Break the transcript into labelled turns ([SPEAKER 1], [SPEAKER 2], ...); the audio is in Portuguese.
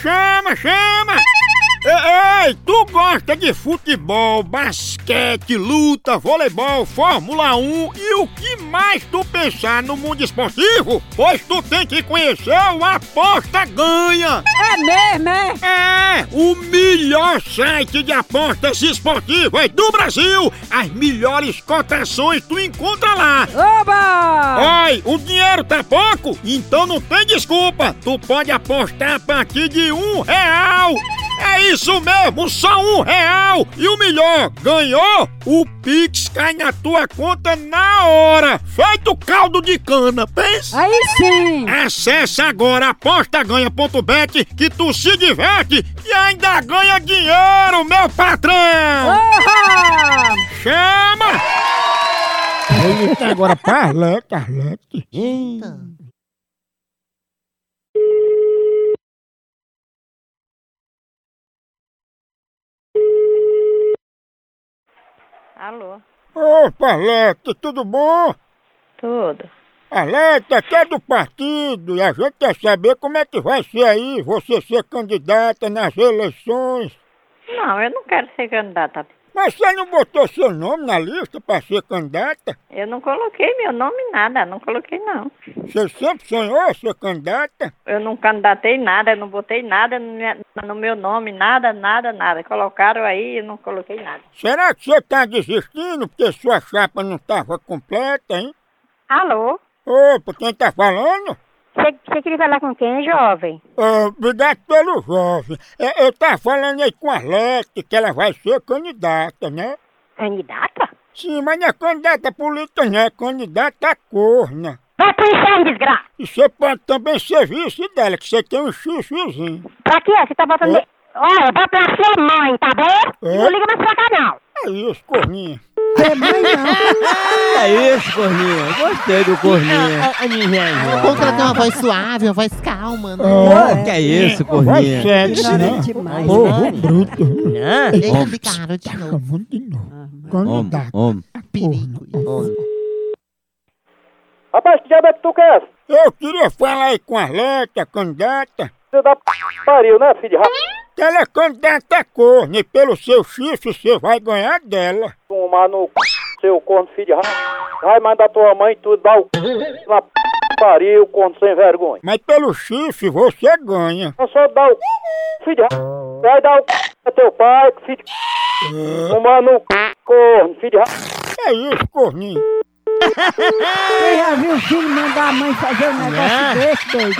[SPEAKER 1] chama, chama! Ei, ei, tu gosta de futebol, basquete, luta, voleibol, Fórmula 1 e o que mais tu pensar no mundo esportivo? Pois tu tem que conhecer o Aposta Ganha!
[SPEAKER 2] É mesmo, é?
[SPEAKER 1] É, o melhor site de apostas esportivas do Brasil! As melhores cotações tu encontra lá!
[SPEAKER 2] Oba!
[SPEAKER 1] Ai, o dinheiro tá pouco? Então não tem desculpa! Tu pode apostar a partir de um real! É isso mesmo, só um real! E o melhor, ganhou? O Pix cai na tua conta na hora! Feito caldo de cana, pensa!
[SPEAKER 2] Aí sim!
[SPEAKER 1] Acesse agora apostaganha.bet que tu se diverte e ainda ganha dinheiro, meu patrão!
[SPEAKER 2] Oba!
[SPEAKER 1] Chama! Eita, agora parlante, parlante.
[SPEAKER 3] Alô,
[SPEAKER 1] Ô, parlante, tudo bom?
[SPEAKER 3] tudo.
[SPEAKER 1] Alerta, aqui é do partido e a gente quer saber como é que vai ser aí você ser candidata nas eleições.
[SPEAKER 3] Não, eu não quero ser candidata.
[SPEAKER 1] Mas você não botou seu nome na lista para ser candidata?
[SPEAKER 3] Eu não coloquei meu nome em nada, não coloquei não.
[SPEAKER 1] Você sempre sonhou ser candidata?
[SPEAKER 3] Eu não candidatei nada, eu não botei nada no minha- no meu nome, nada, nada, nada. Colocaram aí e eu não coloquei nada.
[SPEAKER 1] Será que você está desistindo porque sua chapa não estava completa, hein?
[SPEAKER 4] Alô?
[SPEAKER 1] Opa, quem tá falando?
[SPEAKER 4] Você queria falar com quem, jovem?
[SPEAKER 1] Ah, Obrigado pelo jovem. É, Eu tava falando aí com a Arlete que ela vai ser candidata, né?
[SPEAKER 4] É Candidata?
[SPEAKER 1] Sim, mas não é candidata política, não é candidata corna.
[SPEAKER 4] Vai pro inferno, desgraça!
[SPEAKER 1] E você pode também ser vice dela, que você tem um xixozinho.
[SPEAKER 4] Pra quê? Você tá botando...
[SPEAKER 1] Ô.
[SPEAKER 4] Olha, vai pra ser mãe, tá bom?
[SPEAKER 1] Ô.
[SPEAKER 4] Não liga mais pra cá, não.
[SPEAKER 1] É isso, corninha.
[SPEAKER 5] É isso, Corninha. Gostei do Corninha.
[SPEAKER 6] Como Então que ela tem uma voz suave, uma voz calma, né?
[SPEAKER 5] Pô, que é isso,
[SPEAKER 1] Vai
[SPEAKER 5] Corninha.
[SPEAKER 1] sexy, né?
[SPEAKER 2] demais,
[SPEAKER 1] Porra, bruto.
[SPEAKER 6] Deixa de cara de novo,
[SPEAKER 1] Vamos de novo.
[SPEAKER 5] Homem,
[SPEAKER 1] Candidata.
[SPEAKER 5] homem.
[SPEAKER 6] perigo.
[SPEAKER 7] Rapaz, que diabo é que tu quer?
[SPEAKER 1] Eu queria falar aí com a Arlete, a candidata.
[SPEAKER 7] Você dá p... pariu, né, filho? de ra-
[SPEAKER 1] que Ela é candidata a corna e pelo seu chifre você vai ganhar dela.
[SPEAKER 7] Tomar no c... seu corno, filho de ra... Vai mandar tua mãe tudo, dá o c... na p... pariu, corno sem vergonha.
[SPEAKER 1] Mas pelo chifre você ganha.
[SPEAKER 7] Não só dá o c... filho de ra... Vai dar o c... a teu pai, filho de... Tomar no c... corno, filho de ra...
[SPEAKER 1] É isso, corninho.
[SPEAKER 2] Você já viu o filho mandar a mãe fazer um negócio desse, doido?